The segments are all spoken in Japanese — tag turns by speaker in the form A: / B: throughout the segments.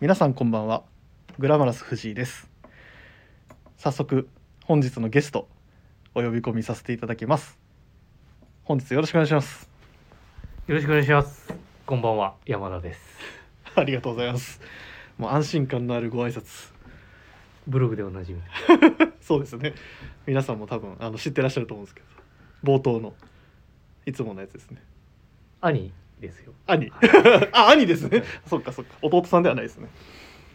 A: 皆さんこんばんはグラマラス藤井です早速本日のゲストお呼び込みさせていただきます本日よろしくお願いします
B: よろしくお願いします。こんばんは、山田です。
A: ありがとうございますもう安心感のあるご挨拶
B: ブログでおなじみ。
A: そうですね皆さんも多分あの知ってらっしゃると思うんですけど冒頭のいつものやつですね
B: 兄ですよ。
A: 兄
B: はいよ
A: あ兄ですね
B: はい
A: そっかそっか弟さんではないですね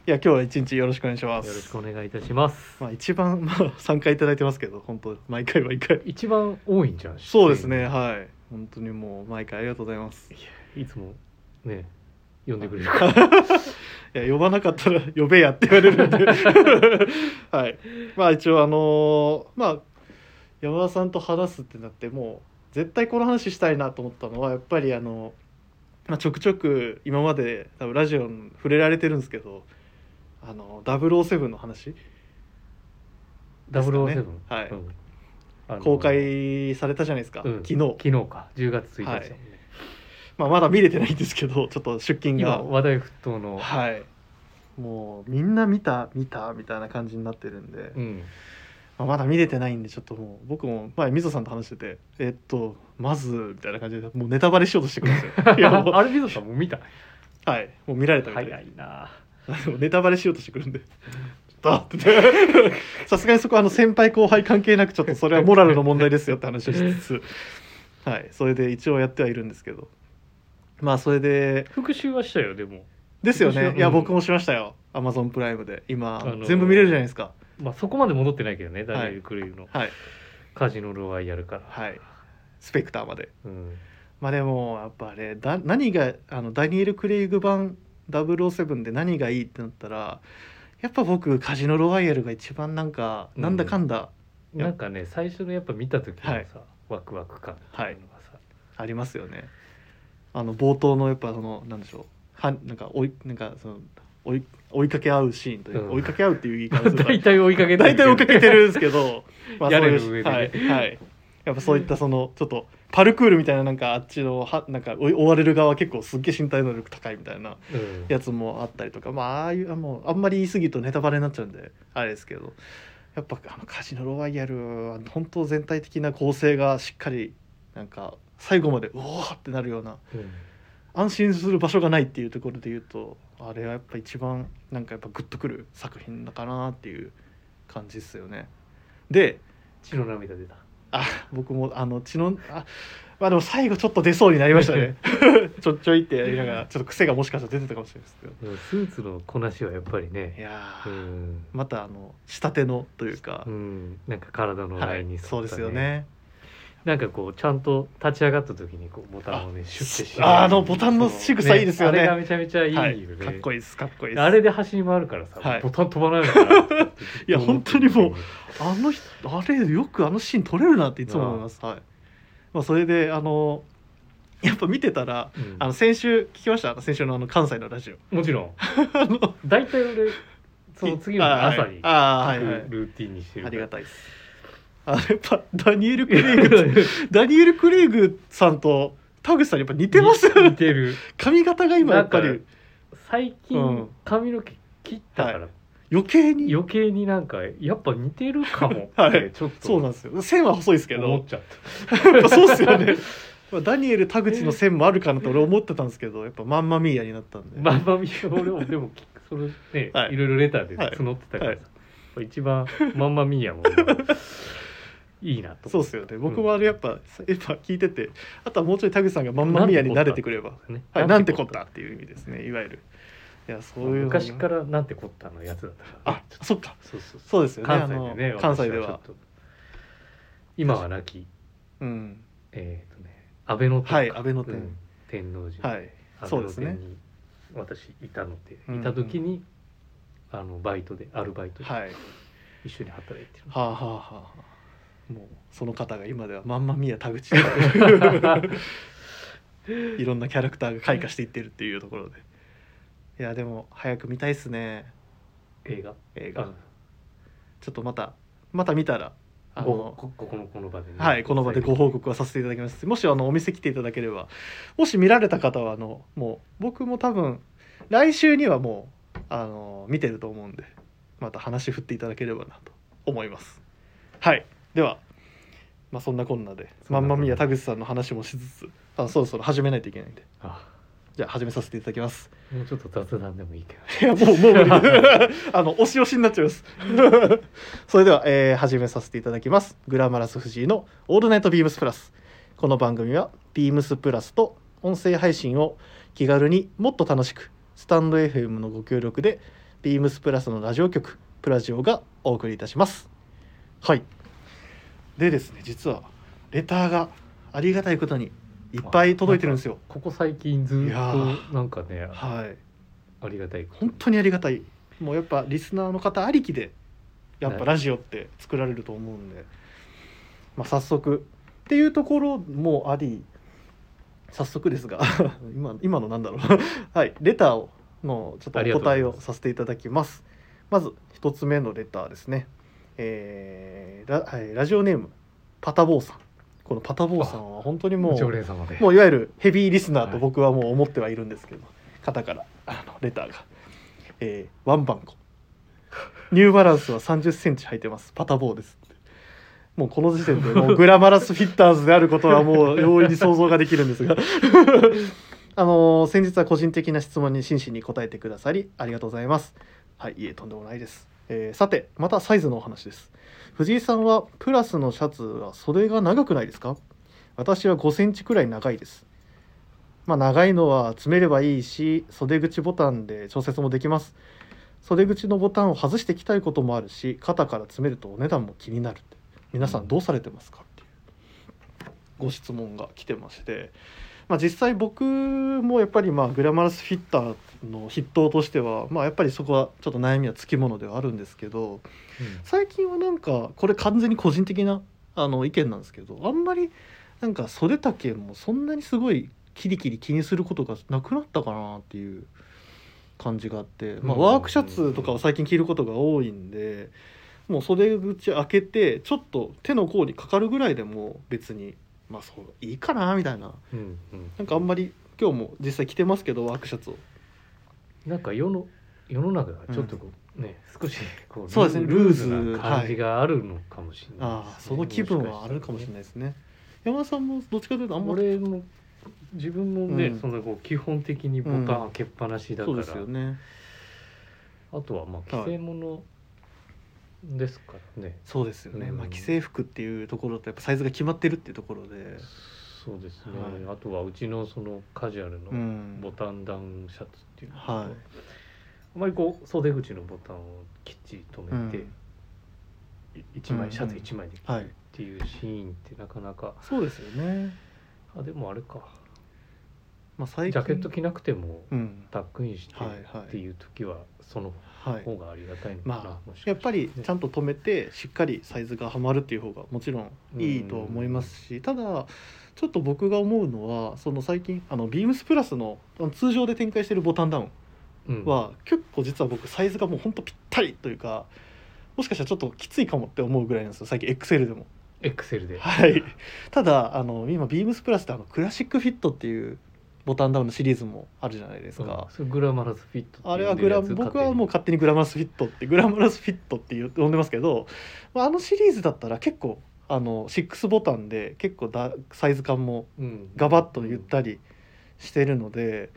A: いや今日は一日よろしくお願いしま
B: ろ
A: す
B: しくお願いいたします。
A: まあ一番まあ3回いただいてますけど本当毎回毎回
B: 一番多いんじゃん。
A: そうですね、はい。本当にもう毎回ありがとうございます。
B: 出演。いつもね、呼んでくれるから。
A: いや呼ばなかったら 呼べやって言われるんで、 はい。まあ一応あのーまあ山田さんと話すってなってもう絶対この話したいなと思ったのはやっぱりあのまあちょくちょく今まで多分ラジオに触れられてるんですけど、あの007の話
B: ダブルセ ブン。
A: はい
B: うんあの
A: 公開されたじゃないですか。
B: うん
A: 昨日、
B: 昨日か、10月1日だもんね。
A: まあまだ見れてないんですけど、ちょっと出勤
B: 今
A: が
B: 話題沸騰の。
A: はいもうみんな見た見たみたいな感じになってるんで、
B: うん。
A: まあ、まだ見れてないんでちょっともう僕も前みぞさんと話しててえっとまずみたいな感じでもうネタバレしようとしてくるんです よいやもう
B: アルビゾさんも見た。
A: はいもう見られたみたいで、
B: 早いな。
A: でもネタバレしようとしてくるんでちょっとあってて さすがにそこはあの先輩後輩関係なくちょっとそれはモラルの問題ですよって話をしつつはいそれで一応やってはいるんですけどまあそれで
B: 復習はしたよ、でも。
A: ですよね、
B: うん
A: いや僕もしましたよアマゾンプライムで今、
B: あのー
A: 全部見れるじゃないですか
B: まあ、そこまで戻ってないけどね、ダニエル・クレイグの
A: はい
B: カジノロワイヤルから。
A: はいスペクターまで
B: うん。
A: まあでもやっぱあれだ何があのダニエル・クレイグ版007で何がいいってなったらやっぱ僕カジノロワイヤルが一番なんか
B: うん
A: なんだかんだ
B: なんかね最初のやっぱ見た時のさ、
A: はい
B: ワクワク感っていうのがさ、
A: ありますよね、あの冒頭のやっぱそのなんでしょうはなんか追いなんかその追い追いかけ合うシーンというか、
B: うん
A: 追いかけ合うっていう言い方すると
B: 大体追いかけ て
A: 大体追いかけてるんですけど、 まあ、そう
B: 屋根
A: い
B: の
A: う
B: 上で
A: はい、
B: ね
A: はい、やっぱそういったそのちょっとパルクールみたいななんかあっちのはなんか追い追われる側結構すっげえ身体能力高いみたいな
B: うん
A: やつもあったりとかまあああいうあもうあんまり言い過ぎるとネタバレになっちゃうんであれですけどやっぱあのカジノロワイヤルは本当全体的な構成がしっかりなんか最後までうおーってなるような
B: うん
A: 安心する場所がないっていうところで言うとあれはやっぱ一番なんかやっぱグッとくる作品だかなっていう感じですよね。で
B: 血の涙出た
A: あ僕もあの血のあまあでも最後ちょっと出そうになりましたね ちょっちょいってやりながらちょっと癖がもしかしたら出てたかもしれないですけど
B: うんスーツのこなしはやっぱり
A: い
B: ね
A: や
B: う
A: ー、
B: ん、
A: またあの仕立てのというか
B: う、ん、なんか体の
A: は
B: ライ
A: い
B: ンに沿った、
A: そうですよね
B: なんかこうちゃんと立ち上がった時にこうボタンをねシュッてし
A: ああのボタンの仕草いいですよね
B: あれがめちゃめちゃいいよ
A: は
B: ね、
A: い、かっこいいですかっこいいです
B: あれで走り回るからさ、
A: はい
B: ボタン飛ばないのかな
A: いや本当にもうあの人あれよくあのシーン撮れるなっていつも思います、はいまあ、それであのやっぱ見てたら
B: うん、
A: あの先週聞きましたあの先週のあの関西のラジオ
B: もちろん
A: あの
B: 大体俺その次の朝に
A: あーはいあーはいはい
B: 聞くルーティンにしてる
A: あ
B: か
A: り
B: ら
A: がたいですあやっぱダニエル・クレイ グダニエル・クレイグさんと田口さんやっぱ似てますよ
B: 似
A: ね
B: てる
A: 髪型が今やっぱ
B: なん
A: り
B: か最
A: うん
B: 近髪の毛切ったから、
A: は余計に
B: 余計になんかやっぱ似てるかも
A: はい
B: ってちょっ
A: そうなんで
B: と
A: すよ線は細いですけ
B: 思っ
A: ど
B: ちゃっ
A: やっぱそうですよ ねまあダニエル・田口の線もあるかなと俺思ってたんですけどやっぱまんまミーヤになったん
B: た
A: で、
B: まあまあ俺もでもそれね、
A: はい
B: い、ろいろレターで
A: はい
B: 募ってたからさ、一番まんまみーやもん ないいなと
A: そう
B: 思
A: ですよね僕もあれやっぱ、やっぱ聞いててあとはもうちょい田口さんがまんまミーヤに慣れてくれば
B: うね
A: はい、なんてこったっていう意味ですねいわゆるいやそういうのが
B: 昔からなんてこったのやつだったからね
A: あそっか
B: そうそうそう
A: そうですよね
B: 関西で
A: あ
B: ね
A: の
B: 私
A: 関西では
B: ちょっと今は亡き
A: うん
B: えっ、とね安倍の天
A: はい安倍の天、
B: うん天王寺、
A: はい
B: 安
A: そ
B: 倍
A: う
B: の
A: ですね
B: 天に私いたので、
A: うん
B: いた時にあのバイトでアルバイトで
A: はいは
B: 一緒に働いてる、
A: あ、はあはあはあ、もうその方が今ではまんまミーヤ田口と いういろんなキャラクターが開花していってるっていうところでいやでも早く見たいっすね
B: 映画
A: 映
B: あ
A: 画ちょっとまたまた見たらあ
B: ご
A: の
B: こここのこの場で、ね、
A: はい、この場でご報告はさせていただきます。もしあのお店来ていただければ、もし見られた方はあのもう僕も多分来週にはもうあの見てると思うんでまた話振っていただければなと思いますはいでは、まあ、そんなこんなで
B: そんなこんな
A: まんまみや田口さんの話もしつつあそろそろ始めないといけないんで
B: あ
A: じゃあ始めさせていただきます
B: もうちょっと雑談でもいいけど
A: いやもうもう 無理あの押し押しになっちゃいます それでは、えー始めさせていただきますグラマラス藤井の「オールナイトビームスプラス」この番組はビームスプラスと音声配信を気軽にもっと楽しくスタンド FM のご協力でビームスプラスのラジオ局プラジオがお送りいたしますはいでですね実はレターがありがたいことにいっぱい届いてるんですよ
B: ここ最近ずっ
A: いやー
B: となんかね
A: はい
B: ありがたいこと
A: 本当にありがたいもうやっぱリスナーの方ありきでやっぱラジオって作られると思うんで、まあ、早速っていうところもあり早速ですが 今今のなんだろう はいレターをのちょっと
B: あり
A: お
B: がとうござ
A: 答
B: い
A: え
B: ます
A: をさせていただきますまず一つ目のレターですねえーラえーラジオネームパタボーさんこのパタボーさんは本当にもう
B: 常連様で
A: もういわゆるヘビーリスナー
B: は
A: と
B: い
A: 僕はもう思ってはいるんですけど、方からあのレターが、えーワンバンコニューバランスは3 0ンチ履いてますパタボーです」ってもうこの時点でもうグラマラスフィッターズであることはもう容易に想像ができるんですが あのー先日は個人的な質問に真摯に答えてくださりありがとうございますはいいえとんでもないです、えーさてまたサイズのお話です藤井さんはプラスのシャツは袖が長くないですか私は5センチくらい長いです。まあ、長いのは詰めればいいし袖口ボタンで調節もできます袖口のボタンを外してきたいこともあるし肩から詰めるとお値段も気になるって皆さんどうされてますかっていうご質問が来てまして、まあ、実際僕もやっぱりまあグラマラスフィッターの筆頭としては、まあ、やっぱりそこはちょっと悩みはつきものではあるんですけど最近はなんかこれ完全に個人的なあの意見なんですけどあんまりなんか袖丈もそんなにすごいキリキリ気にすることがなくなったかなっていう感じがあって、まあ、
B: うんうんうんうん
A: ワークシャツとかを最近着ることが多いんでもう袖口開けてちょっと手の甲にかかるぐらいでも別にまあそういいかなみたいな
B: うんうんうん
A: なんかあんまり今日も実際着てますけどワークシャツを
B: なんか世の世の中がちょっとこう、ね少しこう
A: そうですね
B: ルー
A: ルーズ
B: ズな感じがあるのかもしれない
A: ああ
B: です
A: そ
B: ね、
A: の気分はあるかもしれないですね山田さんもどっちかというとあんま
B: 俺も自分もね、
A: うん
B: そのこう基本的にボタン開けっぱなしだか
A: そう
B: ら、
A: ですよね
B: あとはまあ規制物ですからね、
A: そうですよね、まあ
B: うん
A: 既製服っていうところとやっぱサイズが決まってるっていうところで
B: そうですね、
A: は
B: あとはうちのそのカジュアルの
A: うん
B: ボタンダウンシャツっていうのと、
A: は
B: あまりこう袖口のボタンをきっちり
A: う
B: 止めて
A: ん、
B: 一枚シャ
A: う
B: ツ
A: ん
B: 一枚で着
A: は
B: る
A: い
B: っていうシーンってなかなか
A: そうですよね、
B: あでもあれか
A: まあ、
B: ジ
A: 最
B: ャケット着なくても
A: うん
B: タックインして
A: はいはい
B: っていう時はその
A: はい
B: 方がありがたいのかな、
A: ま
B: もしかした
A: や
B: ら
A: っぱりちゃんと止めてしっかりサイズがはまるっていう方がもちろんいいと思いますし、ただちょっと僕が思うのはその最近あのビームスプラスのあの通常で展開してるボタンダウン
B: うん
A: は結構実は僕サイズがもうほんとぴったりというかもしかしたらちょっときついかもって思うぐらいなんですよ最近 XL でも。
B: XL で、
A: はい、ただあの今ビームスプラスってあのクラシックフィットっていうボタンダウンのシリーズもあるじゃないです
B: うん
A: か、
B: それグラマラスフィットって
A: あれは
B: 呼んで
A: グ
B: る
A: ラ
B: やつ
A: 僕はもう勝手にグラマラスフィットってグラマラスフィットって言う呼んでますけど、まあ、あのシリーズだったら結構あの6ボタンで結構だサイズ感も
B: うん
A: ガバッと言ったりしてるので、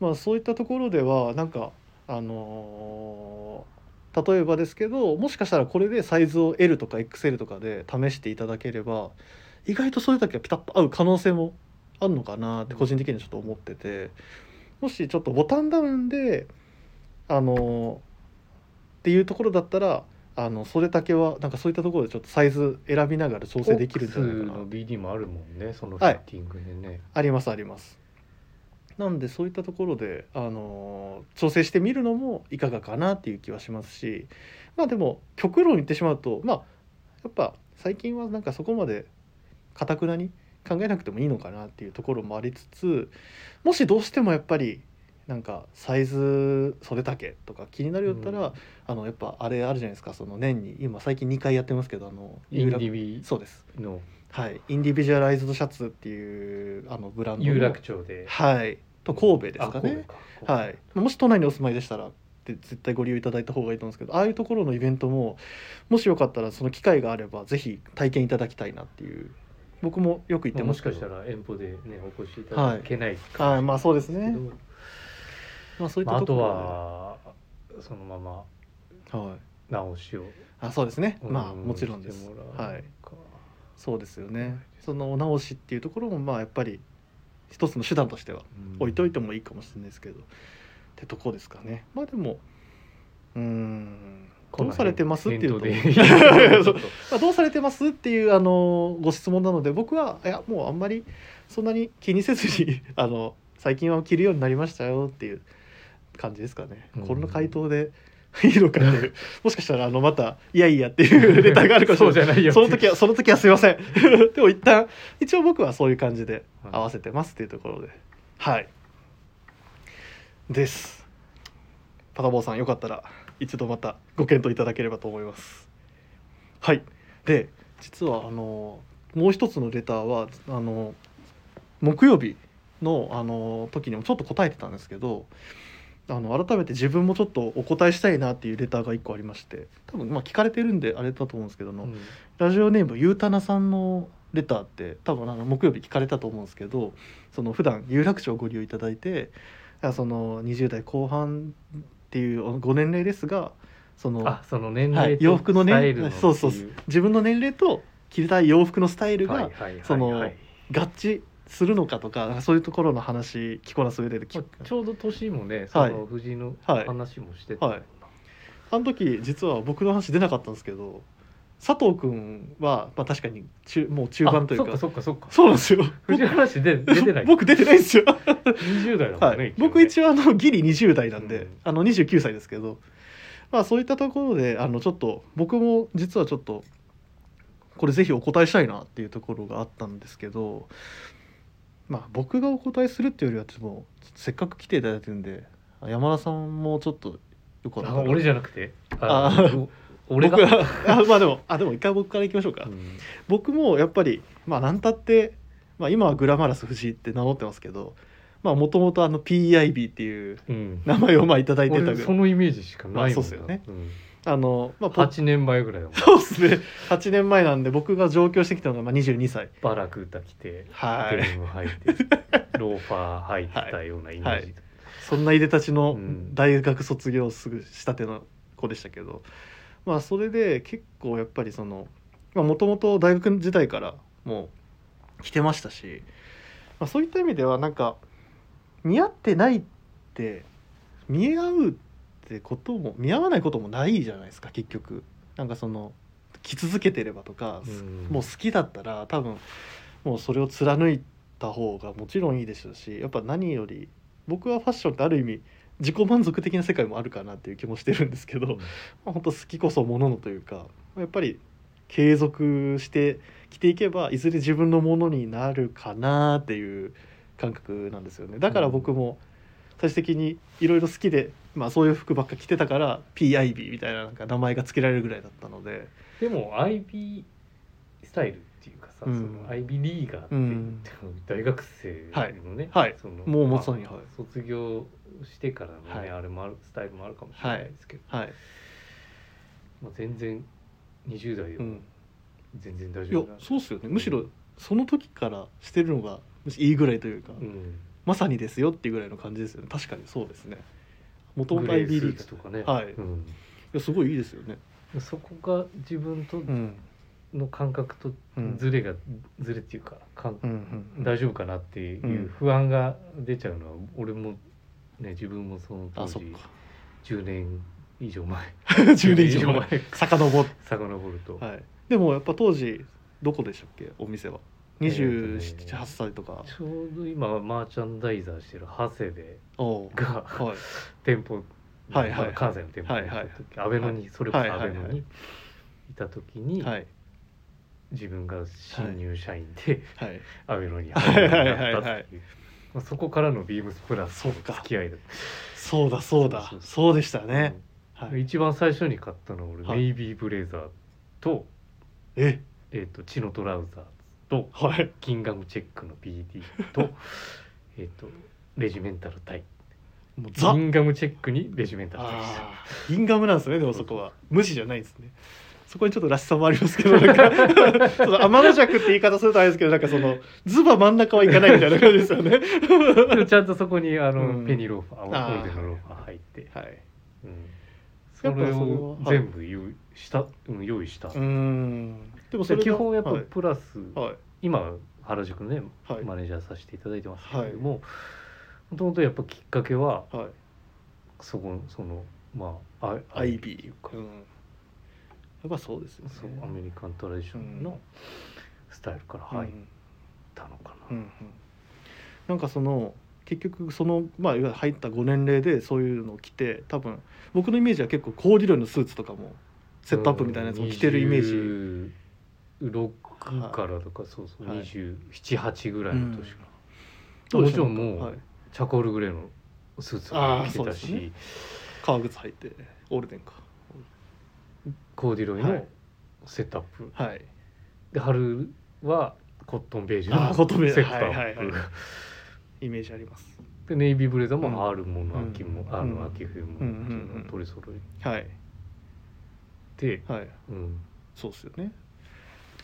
A: まあ、そういったところではなんかあのー例えばですけどもしかしたらこれでサイズを L とか XL とかで試していただければ意外とそれだけはピタッと合う可能性もあるのかなって個人的にはちょっと思っててもしちょっとボタンダウンであのーっていうところだったらあの袖丈はなんかそういったところでちょっとサイズ選びながら調整できるんじゃないかな
B: オックスの BD もあるもんねそのフ
A: はい
B: ィッティングでね、
A: ありますありますなんでそういったところで、あのー調整してみるのもいかがかなっていう気はしますしまあでも極論言ってしまうとまあやっぱ最近はなんかそこまでかたくなに考えなくてもいいのかなっていうところもありつつもしどうしてもやっぱりなんかサイズ袖丈とか気になるようだったら、
B: うん
A: あのやっぱあれあるじゃないですかその年に今最近2回やってますけどあの
B: インディビ
A: そうです
B: の
A: はい、インディビジュアライズドシャツっていうあのブランドの
B: 有楽町で
A: はいと神戸ですかね
B: あ神戸
A: はいもし都内にお住まいでしたらって絶対ご利用いただいた方がいいと思うんですけどああいうところのイベントももしよかったらその機会があればぜひ体験いただきたいなっていう僕もよく行っ
B: ま
A: て
B: あも
A: ま
B: し
A: すけ
B: か
A: ど
B: したら遠方でねお越しいただけないか
A: はいまあそうです
B: もしれない
A: ね
B: けど、
A: まあそういっ
B: まあ、
A: た
B: あ
A: とことろ
B: はそのまま
A: は、はい、
B: 直しを
A: あそうですね
B: うん
A: まあもちろんです
B: してもらう
A: はい
B: か
A: そうですよねそのお直しっていうところもまあやっぱり一つの手段としては
B: うん
A: 置いといてもいいかもしれないですけど、ってとこですかねまあでもうーん
B: こ
A: ど
B: ん
A: う
B: な
A: されてますっていうと
B: 返答 で
A: そうまあどうされてますっていうあのご質問なので僕はいやもうあんまりそんなに気にせずに あの最近は着るようになりましたよっていう感じですかね、
B: うん
A: この回答で いいのかっていう もしかしたらあのまた「いやいや」っていう レターがあるかもしれない
B: そうじゃないよ
A: その時はその時はすいません でも一旦一応僕はそういう感じで
B: はい
A: 合わせてますっていうところではいですパタボーさんよかったら一度またご検討いただければと思いますはいで実はあのもう一つのレターはあの木曜日のあの時にもちょっと答えてたんですけどあの改めて自分もちょっとお答えしたいなっていうレターが1個ありまして多分まあ聞かれてるんであれだと思うんですけどあの、
B: うん
A: ラジオネームゆうたなさんのレターって多分あの木曜日聞かれたと思うんですけどその普段有楽町をご利用いただいてあその20代後半っていうご年齢ですがその
B: あその年
A: は
B: 齢
A: い
B: と
A: 洋服の
B: スタイ
A: 年
B: ルの
A: 齢そうそう
B: ってい
A: 自分の年齢と着たい洋服のスタイル
B: はい
A: が
B: はいはいはい
A: その
B: ま
A: 合致するのかとかなんかそういうところの話着こなす上で聞く
B: あちょうど年もねそ
A: はい
B: の藤井の
A: はい
B: 話もしてた
A: はいあの時実は僕の話出なかったんですけど佐藤君は、まあ、確かに中もう中盤というか
B: あそっかそっかそっか
A: そうなんですよ
B: 藤井の話で出てない
A: 僕出てないんですよ、
B: 20代だも
A: は
B: んね
A: い、僕一応あの ギリ20代なんで、
B: うん
A: あの29歳ですけどまあそういったところであのちょっと僕も実はちょっとこれぜひお答えしたいなっていうところがあったんですけどまあ僕がお答えするっていうよりはちょっともうせっかく来ていただいてるんで山田さんもちょっとよかった
B: あ
A: ら
B: 俺じゃなくて
A: あ
B: お俺が
A: 僕が あまあでもあでも一回僕からいきましょうか、
B: うん
A: 僕もやっぱりまあ何たって、まあ、今はグラマラス藤井って名乗ってますけどもともと PIB っていう
B: うん
A: 名前をまあいただいてたぐ
B: 俺そ
A: らい
B: のイメージしかないもんな
A: まあそうっすよね
B: うん
A: あの、まあ、ポッ
B: 8年前ぐらいだもん
A: そうですね8年前なんで僕が上京してきたのがまあ22歳
B: バラクータ着て
A: は
B: デ
A: い
B: ニム履いてローファー履いてたようなイメージ
A: そんないでたちの
B: うん
A: 大学卒業すぐしたての子でしたけど、まあそれで結構やっぱりそのもともと大学時代からもう来てましたし、まあ、そういった意味ではなんか似合ってないって見合うってことも見合わないこともないじゃないですか結局なんかその着続けてればとか、
B: うん
A: もう好きだったら多分もうそれを貫いた方がもちろんいいでしょうしやっぱ何より僕はファッションってある意味自己満足的な世界もあるかなっていう気もしてるんですけ ど、まあ、本当好きこそもののというかやっぱり継続して着ていけばいずれ自分のものになるかなっていう感覚なんですよねだから僕も最終的にいろいろ好きで、まあ、そういう服ばっか着てたから PIB みたいななんか名前が付けられるぐらいだったので
B: でも IB スタイルっていうかさ、
A: うん
B: その IB リーガーっていう、
A: うん
B: 大学生のね、
A: はいはい
B: その
A: もうまさに
B: あ
A: はい
B: 卒業してからのね、
A: はい
B: あれもあるスタイルもあるかもしれないですけど、
A: はい、
B: まあ、全然20代で
A: う
B: も
A: ん、
B: 全然大
A: いや
B: 丈夫だ、
A: そうっすよねむしろその時からしてるのがむしろいいぐらいというか、
B: うん
A: まさにですよっていうぐらいの感じですよね確かにそうですねもとも
B: グ
A: と
B: レー
A: IB
B: ス
A: リ
B: ー
A: ー
B: ツと
A: グ
B: かね、
A: はい
B: うん
A: いやすごいいいですよね
B: そこが自分と
A: うん
B: の感覚と
A: うん
B: ズレが、ズレっていうか感
A: うんうん
B: 大丈夫かなっていう
A: うん
B: 不安が出ちゃうのは、俺もね自分もその当
A: あそっ
B: 時10年以 上前
A: か10年以上前遡っ
B: 遡ると、
A: て、はい、でもやっぱ当時どこでしたっけお店は
B: えーと
A: 278
B: ね、
A: 歳とか
B: ちょうど今マーチャンダイザーしてる長谷部
A: おう
B: が
A: はい
B: 店舗、
A: はいはい
B: まあ関西の店舗
A: はいはい
B: アベノに、それこそ
A: はい
B: ア
A: はいはい
B: ベノにいた時に、
A: はい
B: 自分が新入社員で、
A: はい
B: アベノに入るようになった
A: はいはいは
B: っ
A: い
B: ていうまあそこからのビームスプラス
A: そ
B: の
A: っか
B: 付き合いだっ
A: そうだそうだそう
B: そそう
A: う
B: そう
A: でした
B: た
A: ね、、
B: うん
A: はい、
B: 一番最初に買ったのは俺、
A: はい
B: ネイビーブレザーと,、
A: え
B: えー、と血のトラウザーと
A: はい
B: キンガムチェックの BD とえっとレジメンタルタイ
A: もうザ
B: ギンガムチェックにレジュメンターズ
A: あーギンガムなんですねでもそこは無視じゃないんですねそこにちょっとらしさもありますけどなん かその天の尺って言い方するとあれですけどなんかそのズバ真ん中はいかないみたいな感じですよね
B: でもちゃんとそこにあの、
A: うん
B: ペニローファー
A: あー
B: オルベのローファー入って、
A: はい
B: うん、そ
A: やっぱそれ
B: れ
A: は
B: を全部用意した、うん、用意した、
A: うーんでも
B: で
A: が
B: 基本やっぱ
A: はい
B: プラス、
A: はい
B: 今原宿のね
A: はい
B: マネージャーさせていただいてますけれどももともとやっぱきっかけは
A: はい
B: そこのそのまああ
A: アイビー
B: っていうか、
A: うん、やっぱそうですよね
B: そうアメリカントラディション
A: うん
B: のスタイルから入っ
A: うん
B: たのか
A: うん
B: な、
A: うんなんかその結局そのまあいわゆる入った5年齢でそういうのを着て多分僕のイメージは結構コーディロイのスーツとかもセットアップみたいなやつも着てるイメージ、
B: ージ6からとかそうそう、
A: はい
B: 278ぐらいの年か
A: ど
B: な、
A: う
B: も
A: で
B: ち
A: しょ
B: ろ
A: うん
B: もう、
A: はい、
B: チャコールグレーのスーツも着てた
A: あーそう
B: し、
A: ですね革靴履いてオールデンか
B: コーディロイ
A: は
B: の
A: い
B: セットアップ、
A: はい
B: で春はコットンベージュ
A: あ
B: の
A: ー
B: セ
A: コ
B: ッ
A: ットンベージ
B: ト
A: ュ
B: アップ、
A: はいはいはいイメージあります
B: でネイビーブレザー
A: うん
B: もあるもの秋も、
A: うん
B: あの秋冬も、
A: うんうん
B: 秋
A: うん
B: も取り揃え
A: はい
B: て、
A: はい
B: うん
A: そうっすよね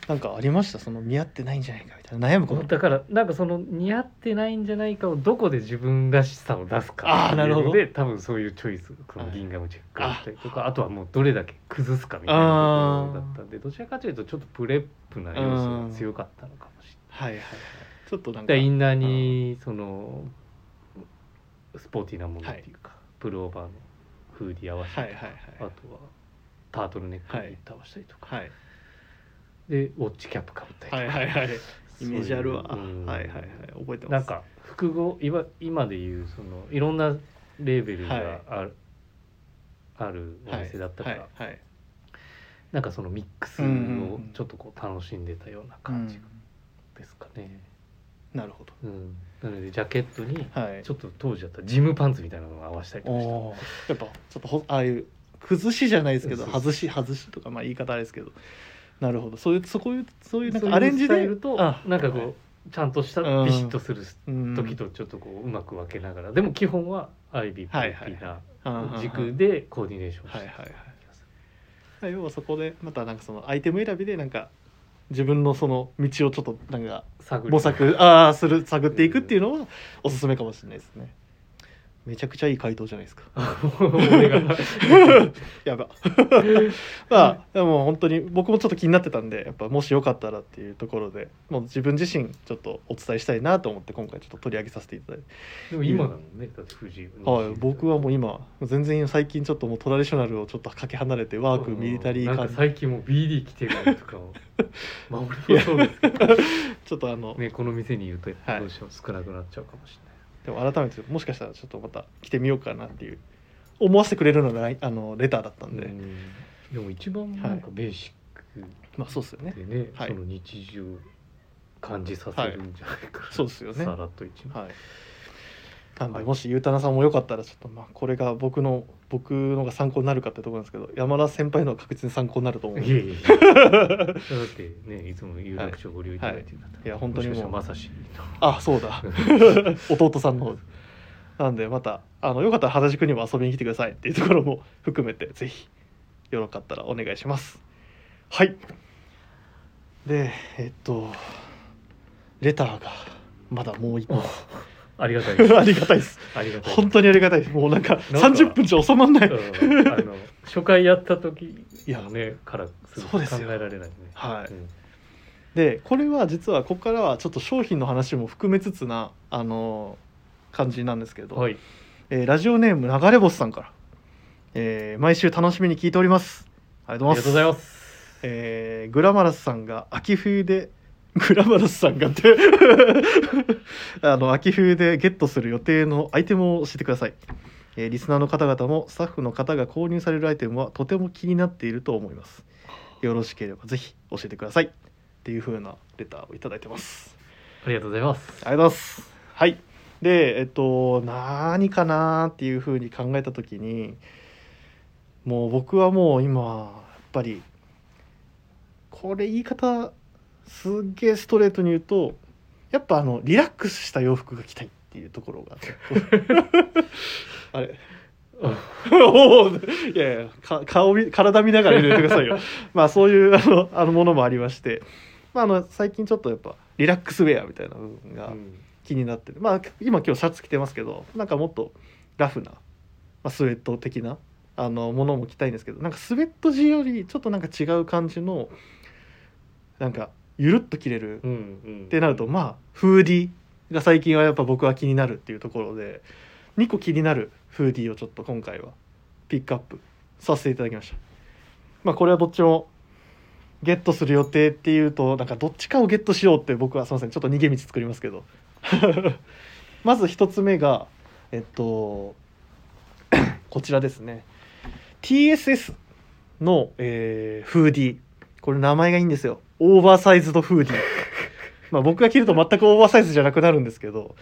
A: なんかありましたその見合ってないんじゃないかみたいな悩むこと
B: だからなんかその似合ってないんじゃないかをどこで自分らしさを出す
A: あ
B: か
A: ーなるほど
B: っていうので多分そういうチョイスこの
A: はい
B: ギンガムチェックだったりとか、
A: あ
B: あとはもうどれだけ崩すかみたいなところだったんでどちらかというとちょっとプレップな要素が強かったのかもしれな
A: は
B: い。
A: いはいはいちょっとなんか
B: でインナーにそのスポーティーなものっていうか、プルオーバーのフーディー合わせた
A: はい
B: り
A: はい
B: とか、
A: はい
B: あとはタートルネックに合わせたりとか、
A: はい
B: でウォッチキャップかぶったりとか、
A: はいはいはいイ
B: そういう
A: メージあるわ
B: うん
A: はいはいはい覚えてます
B: なんか複合いわ今でいうそのいろんなレーベルがある,、あるお店だったから、
A: はいはいはい
B: なんかそのミックス
A: うんうんう
B: を
A: ん
B: ちょっとこう楽しんでたような感じですかね。
A: うんなるほど
B: うんなのでジャケットに
A: はい
B: ちょっと当時だったらジムパンツみたいなのを合わせたりとかした
A: おーやっぱちょっとほああいう崩しじゃないですけど
B: そうそう
A: 外し外しとかまあ言い方あれですけどなるほどそういうそこいうそういうなん
B: そう
A: か
B: いう
A: アレンジ
B: スタ
A: で
B: イルと
A: あ
B: なんか
A: はい
B: こうちゃんとした
A: うん
B: ビシッとする
A: うん
B: 時とちょっとこううまく分けながらでも基本はアイビー
A: はい
B: ピ
A: はい
B: ーな
A: あー
B: 軸でコーディネーションし
A: は
B: て
A: いはい
B: た
A: はいはい要はそこでまたなんかそのアイテム選びでなんか自分のその道をちょっとなんか
B: 探り
A: 模索ああする探っていくっていうのはおすすめかもしれないですねめちゃくちゃいい回答じゃないですか
B: 俺 が
A: やば まあでも本当に僕もちょっと気になってたんでやっぱもしよかったらっていうところでもう自分自身ちょっとお伝えしたいなと思って今回ちょっと取り上げさせていただいて、
B: でも今だもんねだって藤井
A: はい、僕はもう
B: 今
A: 今全然最近ちょっともうトラディショナルをちょっとかけ離れてワークミリタリー
B: なん
A: 感
B: か最近もう BD 来てるのと かをまあ俺もそうですけど
A: ちょっとあの、
B: ねこの店にいると
A: はい
B: どうしても少なくなっちゃうかもしれない
A: でも改めてもしかしたらちょっとまた来てみようかなっていう思わせてくれるのがラインあのレターだったんで、
B: うんでも一番なんかベーシッ
A: まあそうですよね
B: クでね、
A: はい
B: その日常を感じさせるんじゃないかな、
A: そうですよね
B: さらっと一枚、
A: はい。なんで、
B: はい
A: もしゆうたなさんもよかったらちょっとまあこれが僕の僕のが参考になるかってところなんですけど山田先輩のは確実に参考になると思う
B: い、やいやいやだってねいつも有楽町ご利用いただいてるんだったら、
A: はいはいいや本当にもう
B: しかしたらまさし
A: あそう だ弟さんの方なんでまたあのよかったら原宿にも遊びに来てくださいっていうところも含めてぜひよかったらお願いしますはいでえっとレターがまだもう一個
B: ありがたいで す
A: ありがたいです
B: ありがたい
A: 本当にありがたいですもうなんか
B: なんか
A: 30分じゃ収まんない
B: うんあの初回やった時
A: いや
B: のねからすぐ
A: そう
B: 考
A: です
B: え
A: よ
B: られないね
A: はい
B: うん
A: でこれは実はここからはちょっと商品の話も含めつつなあのー感じなんですけど、
B: はい
A: えーラジオネーム流れ星さんから、えー毎週楽しみに聞いておりますありがとう
B: あ
A: ござ
B: り
A: い
B: がとうご
A: ます
B: ざいます
A: えーグラマラスさんが秋冬でグラマラスさんがって あの秋冬でゲットする予定のアイテムを教えてください、えーリスナーの方々もスタッフの方が購入されるアイテムはとても気になっていると思いますよろしければぜひ教えてくださいっていう風なレターをいただいてます
B: ありがとうございます
A: ありがとうございます。はい。で、えっと、何かなっていうふうに考えたときに、もう僕はもう今、やっぱり、これ言い方、すっげえストレートに言うと、 やっぱあの、リラックスした洋服が着たいっていうところが、あれおー いやいやか顔見体見ながら入れてくださ いよまあそういうあのあのものもありまして、まあ、あの最近ちょっとやっぱリラックスウェアみたいな部分が
B: うん
A: 気になってて、まあ今今日シャツ着てますけどなんかもっとラフな、まあ、スウェット的なあのものも着たいんですけどなんかスウェット地よりちょっとなんか違う感じのなんかゆるっと着れる
B: うんうん
A: ってなるとまあフーディーが最近はやっぱ僕は気になるっていうところで2個気になるフーディーをちょっと今回はピックアップさせていただきましたまあこれはどっちもゲットする予定っていうとなんかどっちかをゲットしようって僕はすいませんちょっと逃げ道作りますけど まず1つ目がえっと こちらですね TSS の、えーフーディーこれ名前がいいんですよオーバーサイズドフーディーまあ僕が着ると全くオーバーサイズじゃなくなるんですけど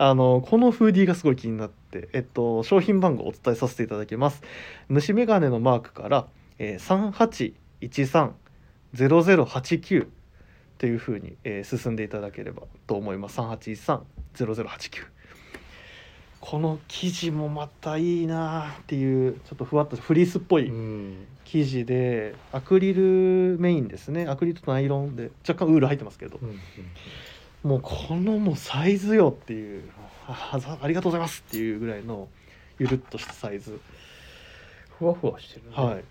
A: あのこのフーディーがすごい気になって、えっと、商品番号をお伝えさせていただきます虫眼鏡のマークから、えー、38130089というふうに、えー進んでいただければと思います38130089この生地もまたいいなっていうちょっとふわっとフリースっぽい
B: うん
A: 生地でアクリルメインですねアクリルとナイロンで若干ウール入ってますけど
B: うん
A: もうこのもうサイズよっていうああありがとうございますっていうぐらいのゆるっとしたサイズ、
B: ふわふわしてるね
A: はい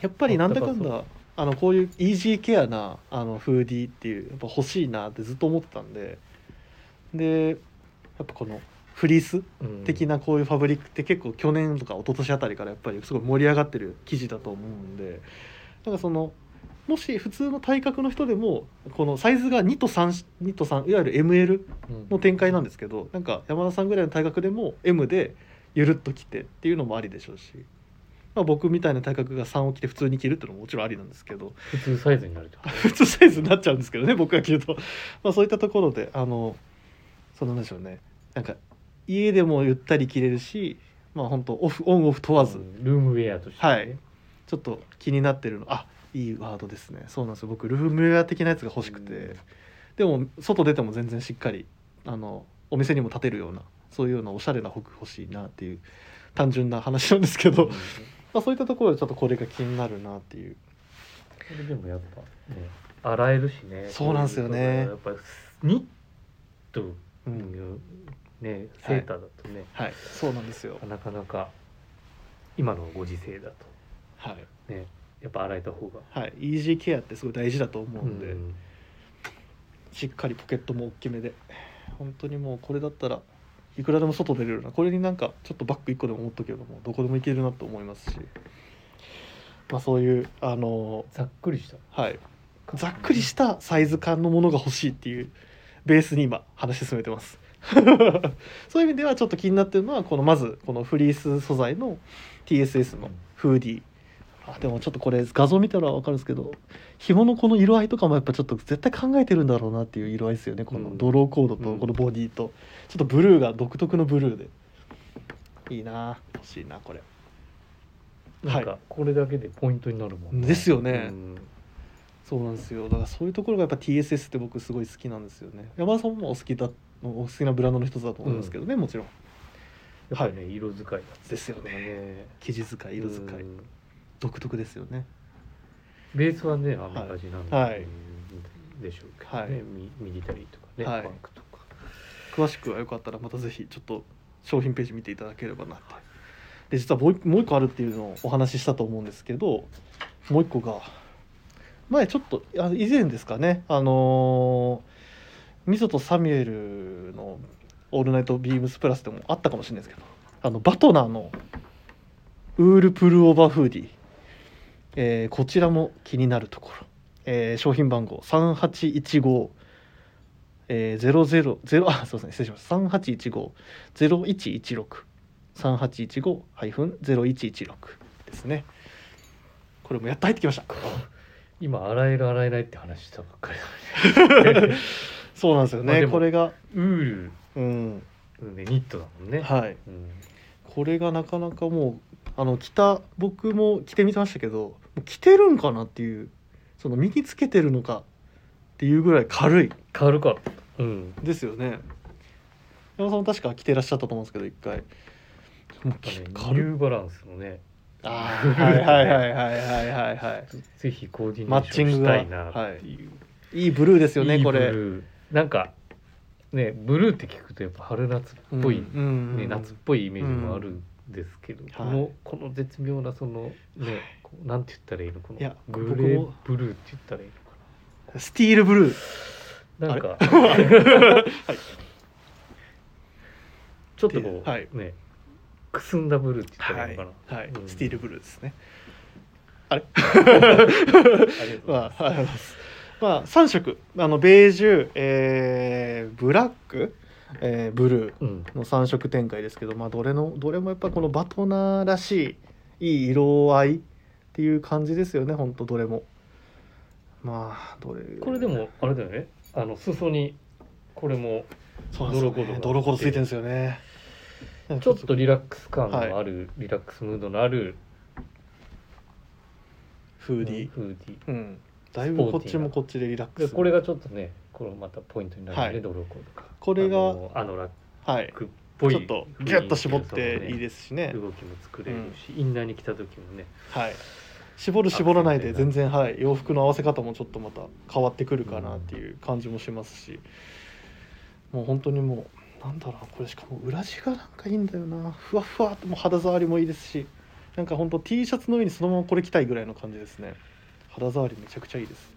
A: やっぱりなんだかん
B: あったか
A: だあのこういうイージーケアなあのフーディーっていうやっぱ欲しいなってずっと思ってたんででやっぱこのフリース
B: うん
A: 的なこういうファブリックって結構去年とか一昨年あたりからやっぱりすごい盛り上がってる生地だと思うんでだからそのもし普通の体格の人でもこのサイズが2と32と3いわゆる ML
B: うん
A: の展開なんですけどなんか山田さんぐらいの体格でも M でゆるっと着てっていうのもありでしょうし、まあ、僕みたいな体格が3を着て普通に着るっていうのももちろんありなんですけど
B: 普通サイズになるってこと
A: 普通サイズになっちゃうんですけどね僕が着ると、まあ、そういったところであのそのなんでしょうねなんか家でもゆったり着れるしまあ本当オフオンオフ問わず、
B: うんルームウェアとしてね
A: はいちょっと気になってるのあいいワードですねそうなんですよ僕ルームウェア的なやつが欲しくて。
B: うん
A: でも外出ても全然しっかりあのお店にも立てるようなそういうようなおしゃれな服欲しいなっていう単純な話なんですけど、
B: うん
A: まあ、そういったところでちょっとこれが気になるなっていう
B: これでもやっぱね洗えるしね
A: そうなんですよね
B: こういうのがやっぱニット
A: う
B: の
A: ん
B: ねセーターだとね、
A: はいそうなんですよ
B: なかなか今のご時世だ
A: はい、
B: とねやっぱ洗えた方が
A: はい、イージーケアってすごい大事だと思うんで、
B: うん
A: しっかりポケットも大きめで本当にもうこれだったらいくらでも外出れるなこれになんかちょっとバッグ1個でも持っとけばもうどこでも行けるなと思いますしまあそういうあの
B: ざっくりした
A: はいざっくりしたサイズ感のものが欲しいっていうベースに今話し進めてます そういう意味ではちょっと気になってるのはこのまずこのフリース素材の TSS のフーディーあでもちょっとこれ画像見たら分かるんですけど紐のこの色合いとかもやっぱちょっと絶対考えてるんだろうなっていう色合いですよねこ
B: う
A: の
B: ん
A: ドローコード
B: う
A: と
B: ん
A: このボディとちょっとブルーが独特のブルーでいいな欲しいなこれ
B: なんかこれだけでポイントになるもん、
A: ですよね
B: うん
A: そうなんですよだからそういうところがやっぱ TSS って僕すごい好きなんですよね山田さんもお好きだお好きなブランドの一つだと思うんですけどね、もちろん
B: やっぱりね、色使いだったりとか
A: ですよね生地使い色使い、
B: うん
A: 独特ですよね
B: ベースはねアメリカ人なんで,、
A: はい
B: でしょうけどね、
A: はい
B: ミミリタリーとかね、
A: はい
B: パンクとか
A: 詳しくはよかったらまたぜひちょっと商品ページ見ていただければなってで実はもう一もう一個あるっていうのをお話ししたと思うんですけどもう一個が前ちょっとあ以前ですかねあのーミソとサミュエルの「オールナイトビームスプラス」でもあったかもしれないですけどあのバトナーのウールプルオーバーフーディー、えーこちらも気になるところ、えー商品番号3815えー、000あそうですね失礼しました3815-0116 3815-0116ですねこれもやっと入ってきました
B: 今洗える洗えないって話したばっかり だね
A: そうなんですよ
B: まあ
A: ね
B: でも
A: これが
B: ウー
A: うん
B: ルのねニットだもんね、
A: はい
B: うん
A: これがなかなかもうあの着た僕も着てみてましたけどもう着てるんかなっていうその身につけてるのかっていうぐらい軽い
B: 軽かったうん
A: ですよね山田さんも確か着てらっしゃったと思うんですけど一回もう
B: かねニ
A: 軽っ
B: ューバランスのね
A: あーはいはいはいはいはいはいはい
B: ぜぜひコーディネーションしたいなっていう、
A: いいブルーですよね
B: いい
A: こ
B: ブル
A: れ
B: ーなんかねブルーって聞くとやっぱ春夏っぽい、
A: うんうん
B: ね、夏っぽいイメージもあるんですけど、
A: い
B: このこの絶妙なそのねこうなんて言ったらいいのこの
A: いや
B: グレ
A: 僕
B: ー
A: も
B: ブルーって言ったらいいのか
A: スティールブルー
B: ななんか ちょっとこう、
A: はい
B: ねくすんだブルーって言ったらいいのかな、
A: はい、
B: うん
A: スティールブルーですねま
B: ありがとうございます
A: あ、はいまあ、3色あのベージュ、えーブラック、えーブル
B: うん
A: ーの3色展開ですけど、まあ、どれのどれもやっぱこのバトナーらしいいい色合いっていう感じですよねほんとどれもまあどれ
B: これでもあれだよねあの裾にこれも
A: そうなんですよ
B: 泥コー
A: ね
B: ド
A: 泥コードついてるんですよね
B: ちょっとリラックス感のある、リラックスムードのある
A: フーディー
B: フーディー
A: うんだいぶこっちもこっちでリラック
B: で
A: ス
B: これがちょっとねこれまたポイントになるよね、
A: はい
B: ドローコードが
A: これが
B: あのあのラッ
A: はい
B: クっぽい
A: ちょっとギュッと絞っていいですしね
B: 動きも作れるし、インナーに来た時もね
A: はい、絞る絞らないで全然、はい、洋服の合わせ方もちょっとまた変わってくるかなっていう感じもしますし、もう本当にもうなんだろうなこれしかも裏地がなんかいいんだよなふわふわっともう肌触りもいいですしなんか本当 T シャツの上にそのままこれ着たいぐらいの感じですね肌触りめちゃくちゃいいです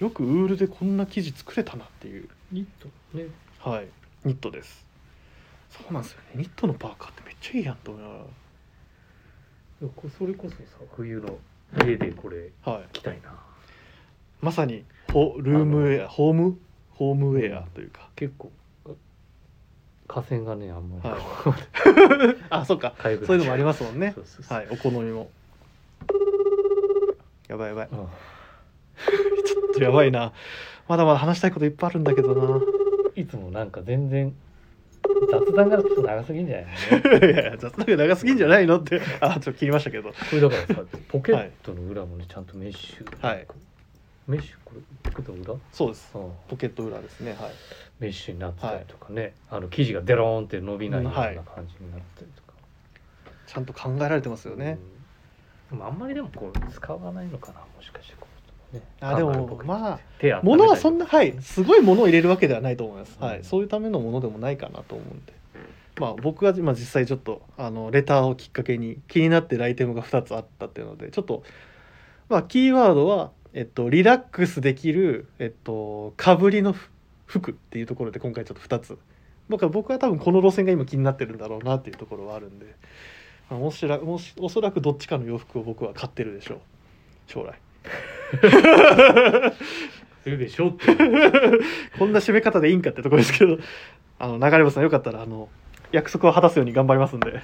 A: よくウールでこんな生地作れたなっていう
B: ニットね
A: はいニットですそうなんですよねニットのパーカーってめっちゃいいやんと思いなが
B: こそれこそさ冬の家でこれ
A: らはい
B: 着たいな
A: まさにホルームウェアホームホームウェアというか
B: 結構河川がねあんまり、
A: はい
B: こう
A: あそうか
B: 痒くなっちゃ
A: そういうのもありますもんね
B: そうそうそう
A: はいお好みもやばいやばい
B: うん
A: ちょっとやばいなまだまだ話したいこといっぱいあるんだけどない
B: つもなんか全然雑談がちょっと長すぎんじゃないのね
A: いやいや雑談が長すぎんじゃないのってあちょっと切りましたけど
B: これだからさポケットの裏もねちゃんとメッシュ、
A: はい
B: メッシュこれポケットの裏
A: そうです
B: うん
A: ポケット裏ですねはい
B: メッシュになってたりとかね、あの生地がデローンって伸びないような
A: はい
B: 感じになったりとか、
A: ちゃんと考えられてますよね、
B: うん、でもあんまりでもこう使わないのかなもしかしてこういうとこね
A: あで
B: 単なるポ
A: も
B: ケット
A: まあ
B: 手温めたりとか
A: 物はそんなはいすごい物を入れるわけではないと思います、は
B: う
A: い、
B: ん
A: そういうためのものでもないかなと思うんで、まあ、僕が今実際ちょっとあのレターをきっかけに気になってるアイテムが2つあったっていうのでちょっとまあキーワードは、えっと、リラックスできる、えっと、かぶりのふ服っていうところで今回ちょっと2つ僕は僕は多分この路線が今気になってるんだろうなっていうところはあるんで、まあ、もしらもしおそらくどっちかの洋服を僕は買ってるでしょう将来。
B: するでしょうっていう
A: こんな締め方でいいんかってところですけど、 あの流山さんよかったらあの約束を果たすように頑張りますんで、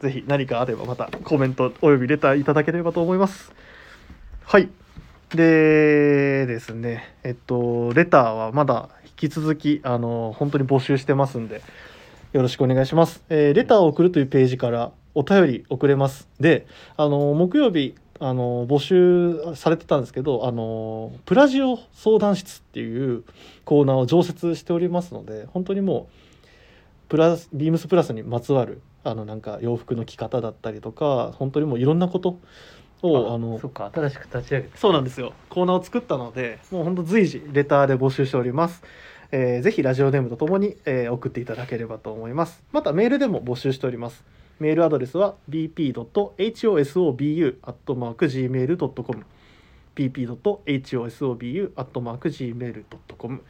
A: ぜひ何かあればまたコメントおよびレターいただければと思います。はい。でですね、えっとレターはまだ引き続きあの本当に募集してますんで、よろしくお願いします。えーレターを送るというページからお便り送れます。で、あの木曜日あの募集されてたんですけど、あのプラジオ相談室っていうコーナーを常設しておりますので本当にもうプラスビームスプラスにまつわるあのなんか洋服の着方だったりとか本当にもういろんなことをあの
B: そっか新しく立ち上げた
A: そうなんですよコーナーを作ったのでもう本当随時レターで募集しております、えー、ぜひラジオネームとともに、えー送っていただければと思いますまたメールでも募集しておりますメールアドレスは bp.hosobu.gmail.com bp.hosobu.gmail.com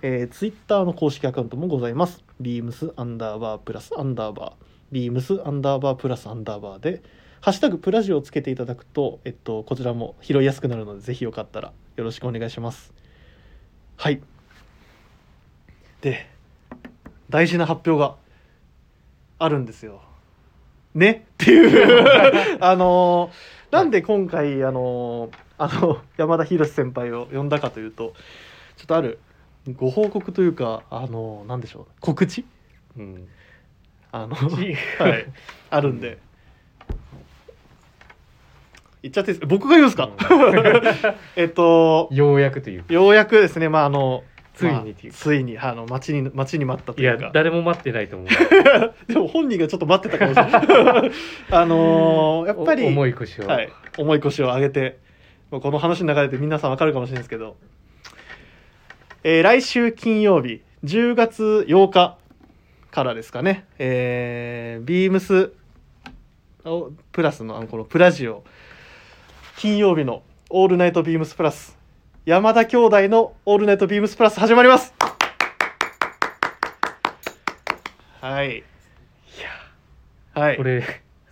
A: えー、ツイッターの公式アカウントもございます。beams アンダーバープラスアンダーバー beams アンダーバープラスアンダーバーでハッシュタグプラジオをつけていただくと、えっと、こちらも拾いやすくなるので、ぜひよかったらよろしくお願いします。はい。で、大事な発表があるんですよ。ねっていうあのーなんで今回あのーあの山田博先輩を呼んだかというとちょっとあるご報告というかあのーなんでしょう告知
B: うん
A: あの
B: ち
A: はい、あるんで。言っちゃっていいです僕が言うんですか、えっと、
B: ようやくというか
A: ようやくですね、まあ、あの、
B: ついにって
A: まあ
B: いうか、
A: ついにあの待ちに待ちに待ったと
B: い
A: い
B: や
A: うか
B: 誰も待ってないと思う
A: でも本人がちょっと待ってたかもしれない あのーやっぱり
B: お重い腰を、
A: はい、重い腰を上げてもうこの話の流れで皆さんわかるかもしれないですけど、えー来週金曜日10月8日からですかね、えー、ビームスをプラスのあのこのプラジオ金曜日の「オールナイトビームスプラス」山田兄弟の「オールナイトビームスプラス」始まりますはいはい
B: これ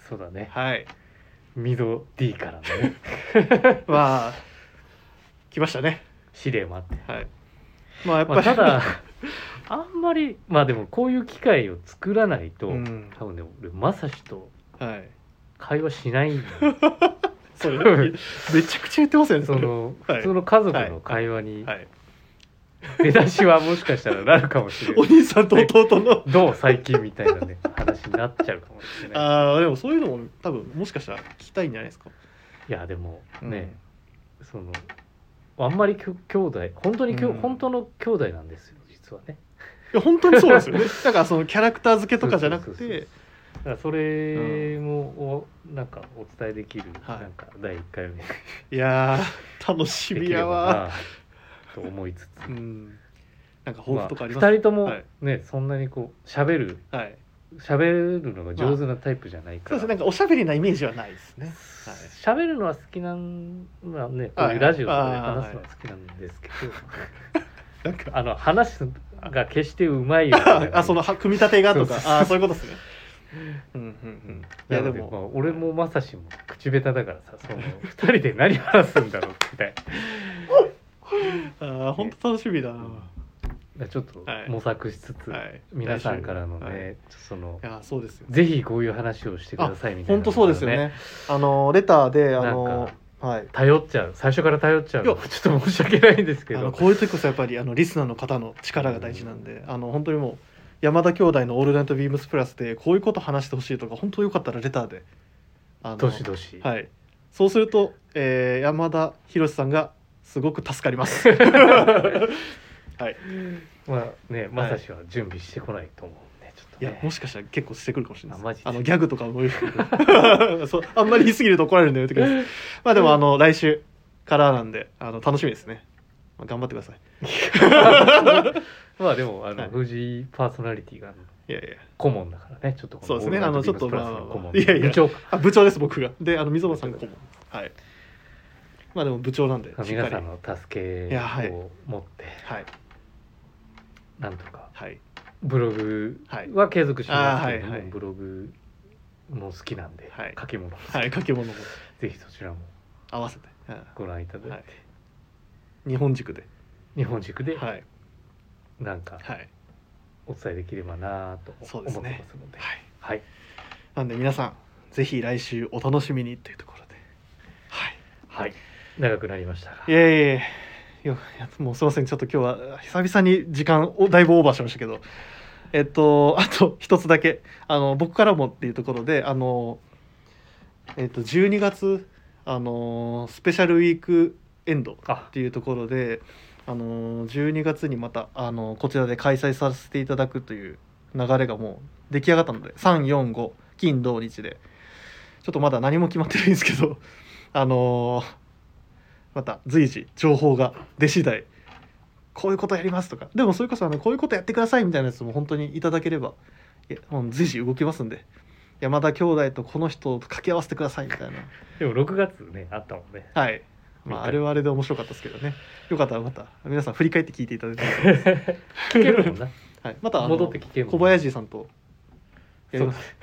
B: そうだね
A: はい
B: ミド D からのね
A: まあ来ましたね
B: 指令もあって、
A: はい。まあやっぱ
B: まあ、
A: り、
B: ただ あんまりまあでもこういう機会を作らないと、
A: うん
B: 多分ね俺まさしと
A: はい。
B: 会話しないんだよ
A: それめちゃくちゃ言ってますよね。
B: そ
A: それ
B: の、
A: はい
B: 普通の家族の会話に
A: はい。
B: 出だしはもしかしたらなるかもしれ な
A: お
B: い
A: 兄さんと弟の。
B: どう最近みたいなね話になっちゃうかもしれない
A: ああでもそういうのも多分もしかしたら聞きたいんじゃないですか。
B: いやでもね、そのあんまりきょ兄弟本当にきょ、
A: うん
B: 本当の兄弟なんですよ実はね
A: いや本当にそうですよ ね。だからそのキャラクター付けとかじゃなく
B: そうそうそう
A: て、
B: だからそれもおなんかお伝えできる、
A: はい
B: なんか第1回目で
A: いやー楽し
B: き
A: み
B: れ
A: やわ
B: ば なと思いつつ、
A: うん。なんか抱
B: ま
A: 負
B: あ、
A: とかあり
B: 2
A: ます。
B: 人とも
A: はい
B: ね、そんなにこう喋る
A: はい。
B: 喋るのが上手なタイプじゃない
A: そうで
B: から
A: すね。なんかおしゃべりなイメージはないですね。はい。
B: 喋るのは好きなんまあねこう
A: はいいう
B: ラジオとか
A: あ
B: で
A: ー
B: 話すのは好きなんですけ
A: な
B: ど、
A: んか。
B: あの話すのが決してうまいわけじゃない
A: ああそのは組み立てがと
B: そう
A: か
B: そうそう
A: ああそういうことですね。うんうん
B: う
A: うん
B: ん。
A: いや
B: な
A: で
B: のでまあ
A: も
B: 俺もまさしも口下手だからさその2人で何話すんだろうみたい
A: ああ本当楽しみだ
B: な
A: な。
B: だからちょっと
A: はい
B: 模索しつつ、
A: はい
B: 皆さんからのね、
A: はい
B: ちょっとその
A: いやそうですよ。
B: ぜひこういう話をしてくださいみたい
A: 本
B: な
A: 当そうですよね。あのレターであの
B: なん
A: はい。
B: 頼っちゃう最初から頼っちゃうの
A: いや
B: ちょっと申し訳ないんですけ
A: あ
B: ど
A: のこういう時こそやっぱりあのリスナーの方の力が大事なんで、あの本当にもう山田兄弟の「オールナイトビームスプラス」でこういうこと話してほしいとか本当よかったらレターであの
B: どしどし、
A: はいそうすると、えー山田博さんがすごく助かります はい
B: まあねまさしは準備してこないと思うんでちょっ
A: い
B: と、
A: や
B: ね、
A: もしかしたら結構してくるかもしれないです
B: あマジで
A: あのギャグとかも そうあんまり言い過ぎると怒られるんだよって感じですまあでもあの来週からなんであの楽しみですね、まあ、頑張ってください
B: まあでもあの、
A: はい
B: 藤井パーソナリティが
A: いやいや
B: 顧問だからねちょっとこの
A: そうですねあのちょっと
B: オールナイトビームスプラス
A: まあま
B: の顧
A: あ
B: 問
A: いやいや
B: 部長か
A: あ部長です僕がであの溝端さんが顧問はいまあでも部長なんでしっかり
B: 皆さんの助
A: い
B: け
A: やはい
B: を持って
A: はい
B: なんとか
A: はい
B: ブログ
A: はい
B: は継続しますけれども、
A: あーはいはい
B: ブログも好きなんで、
A: はい
B: 書き物も好き
A: はい掛け物も
B: ぜひそちらも
A: 合わせて、うん
B: ご覧いただいて、
A: はい日本軸で
B: 日本軸で
A: はい
B: なんか
A: はい
B: お伝えできればなぁと思
A: そう
B: っ
A: で
B: て
A: す
B: ますので
A: ねはい
B: はい、
A: なんで皆さんぜひ来週お楽しみにというところではい
B: はい、長くなりましたが
A: いやいやいやよいやもうすいませんちょっと今日は久々に時間をだいぶオーバーしましたけどえっとあと一つだけあの僕からもっていうところであのえっと12月あのスペシャルウィークエンド
B: あ
A: っていうところであの12月にまたあのこちらで開催させていただくという流れがもう出来上がったので345金土日でちょっとまだ何も決まってないんですけど あのまた随時情報が出次第こういうことやりますとかでもそれこそあのこういうことやってくださいみたいなやつも本当にいただければいやもう随時動きますんで山田兄弟とこの人と掛け合わせてくださいみたいな
B: でも6月ねあったも んね
A: はい。まあ、あれはあれで面白かったですけどね。よかったらまた、皆さん振り返って聞いていただいて。
B: 聞けるもんな
A: はい、また、あの
B: 戻って聞けるもん
A: 小林さんと。やり
B: そう
A: ます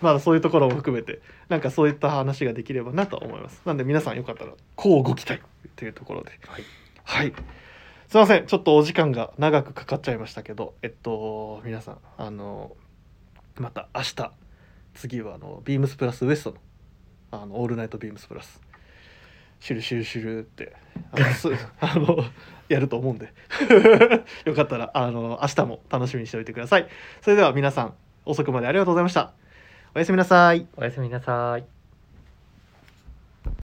A: まあ、そういうところも含めて、なんかそういった話ができればなと思います。なんで、皆さんよかったら、こうご期待というところで。
B: はい。
A: はい。すいません、ちょっとお時間が長くかかっちゃいましたけど、えっと、皆さん、あの。また明日、次はあのビームスプラスウエストの。あのオールナイトビームスプラス。シュルシュルシュルって、あの、 すあのやると思うんで。 よかったら、あの、明日も楽しみにしておいてください。それでは、皆さん、遅くまでありがとうございました。おやすみなさい。
B: おやすみなさい